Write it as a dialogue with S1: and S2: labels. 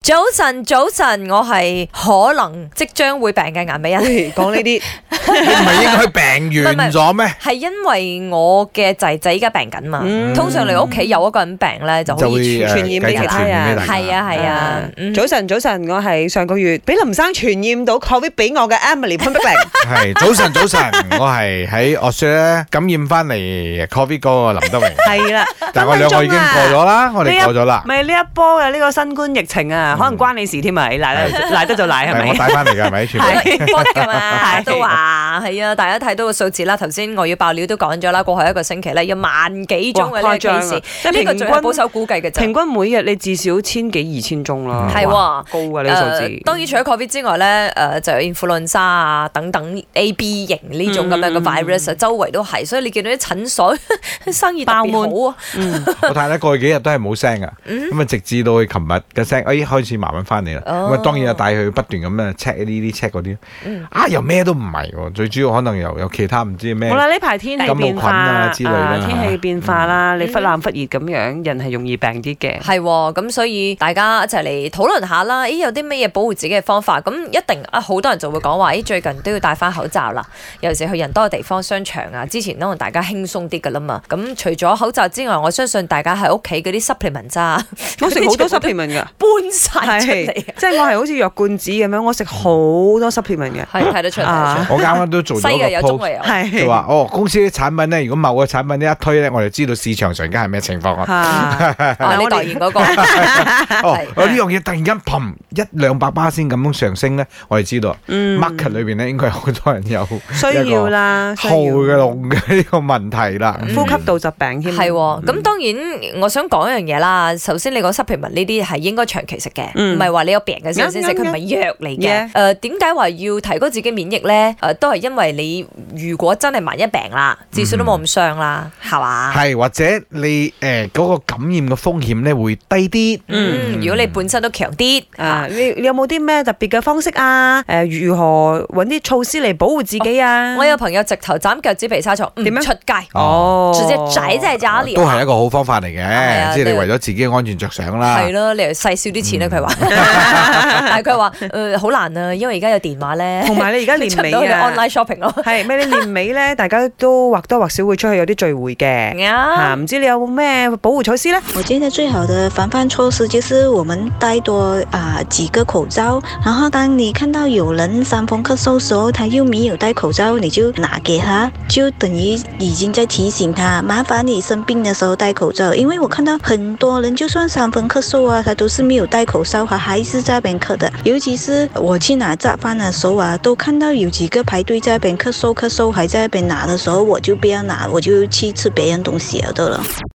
S1: 早晨，早晨，我係可能即將會病嘅顏 美欣，
S2: 嗯講呢啲
S3: 你唔係應該病完咗咩？
S1: 係因為我嘅仔仔而家病緊嘛。
S2: 嗯
S1: 通常嚟屋企有一個人病咧，就
S3: 就
S1: 可
S3: 會
S1: 以
S3: 誒
S2: 傳染俾
S3: 繼續
S2: 大家
S3: 傳染俾大家
S1: 係啊係啊，嗯
S2: 早晨，早晨，我係上個月俾林生傳染到 Covid 俾我嘅 Emily 潘碧玲。
S3: 係早晨，早晨，我係喺 Australia 感染翻嚟 Covid 嗰個林德榮，
S2: 係啦，
S3: 但係我兩個已經過咗啦，我哋過咗啦，
S2: 咪呢一波嘅呢個新冠疫情啊，可能關你事添啊，你賴得賴得就賴係
S3: 係我
S2: 咪？
S3: 帶翻嚟㗎，係咪？全部
S1: 好多 input 噶嘛，
S2: 係
S1: 都話係啊，大家睇到個數字啦。頭先我要爆料都講咗啦，過去一個星期咧有萬幾宗嘅呢
S2: 哇
S1: 個
S2: 誇張啊
S1: case，
S2: 即係
S1: 呢個
S2: 平
S1: 最
S2: 均
S1: 係保守估計嘅啫。
S2: 平均每日你至少千幾二千宗啦，
S1: 係喎
S2: 哇高嘅呢個數字
S1: 誒。呃當然除咗 Covid 之外咧，誒、就有 influenza 啊等等 A、B 型呢種咁
S2: 嗯
S1: 樣嘅 virus，、啊，周圍都係，所以你見到啲診所 生意特別好啊，
S3: 我太太過去幾日都係冇聲㗎，咁啊直至到佢琴日嘅聲，哎開始慢慢翻嚟啦。咁
S1: 哦
S3: 啊當然啊帶佢不斷咁啊 check 呢啲 check 嗰啲，啊又咩都唔係喎，最主要可能又有其他唔知咩
S2: 好。啦，呢排天氣
S3: 金木
S2: 變化
S3: 菌啊之類啦
S2: 啊天氣變化啦，你忽冷忽熱咁樣，人係容易病啲嘅。
S1: 係喎，咁所以大家一齊嚟討論下啦，咦有啲咩嘢保護自己嘅方法？咁一定啊，好多人就會講話，咦最近都要戴翻口罩啦，尤其是去人多嘅地方、商場啊，之前可能大家輕鬆啲噶啦嘛。咁除咗口罩之外，我相信大家喺屋企嗰啲 supplement 啊，
S2: 我食好多 supplement 㗎。
S1: 搬晒出
S2: 係
S1: 嚟，啊
S2: 即係我係好似藥罐子咁樣，我食好多 supplement 嘅。
S1: 係睇得出睇得出
S2: 啊。
S3: 我啱啱都 做
S1: 西嘅
S3: 咗
S1: 有
S3: 個
S1: 中
S3: post
S1: 嘅。有。
S2: 係
S3: 就話哦，公司啲產品咧，如果某個產品一推咧，我哋知道市場上而家係咩情 況啊。
S2: 嚇
S1: 哦，你
S2: 我哋
S1: 代言嗰 個
S3: 哦，
S1: 係
S3: 我呢樣嘢突然間砰一兩百巴仙咁樣上升咧，我哋知道 market 裏邊咧應該有好多人有
S2: 嗯需要啦，需
S3: 耗
S2: 要嗯
S3: 嘅龍嘅呢個問題啦。
S2: 呼吸道疾病添。
S1: 係喎，咁當然我想講一樣嘢啦。首先你講 supplement 呢啲係應該長期食嘅，
S2: 嗯
S1: 唔係話你有病嘅時候先食，
S2: 啱啱
S1: 佢唔係藥嚟嘅
S2: Yeah。
S1: 誒點解話要提高自己免疫咧？誒都係因為你如果真係萬一病啦，
S3: 嗯
S1: 至少都冇咁傷啦，係嘛？
S3: 係嗯或者你誒嗰個感染嘅風險咧會低啲。
S1: 嗯，如果你本身都強啲
S2: 啊！
S1: 啊。
S2: 你你有冇啲咩特別嘅方式啊？誒、如何揾啲措施嚟保護自己啊？
S1: 哦我有朋友直頭斬腳趾皮沙蟲，唔
S2: 點樣
S1: 出街，
S2: 哦，
S1: 直接仔在 家裡
S3: 哦都係一個好方法嚟
S1: 啊
S3: 嘅，即係
S1: 你
S3: 你為咗自己嘅安全着想啦。
S1: 係咯，你又細少啲錢啦。佢 話，但係佢話誒好難啊，因為而家有電話咧，
S2: 同埋你而家
S1: 你
S2: 年
S1: 出唔
S2: 尾
S1: 到去
S2: 啊，
S1: online shopping 咯。
S2: 係咩？你年尾咧，大家都或多或少會出去有啲聚會 嘅嚇，
S1: 啱
S2: 啊唔、知你有冇咩保護措施咧？
S4: 我觉得最好的防范措施就是我们戴多啊、几个口罩，然后当你看到有人伤风咳嗽时候，他又没有戴口罩，你就拿给他，就等于已经在提醒他，麻烦你生病的时候戴口罩。因为我看到很多人就算伤风咳嗽啊，他都是没有戴口罩，他还是在那边咳的。尤其是我去拿炸饭的时候啊，都看到有几个排队在那边咳嗽咳嗽，还在那边拿的时候，我就不要拿，我就去吃别人东西了的了。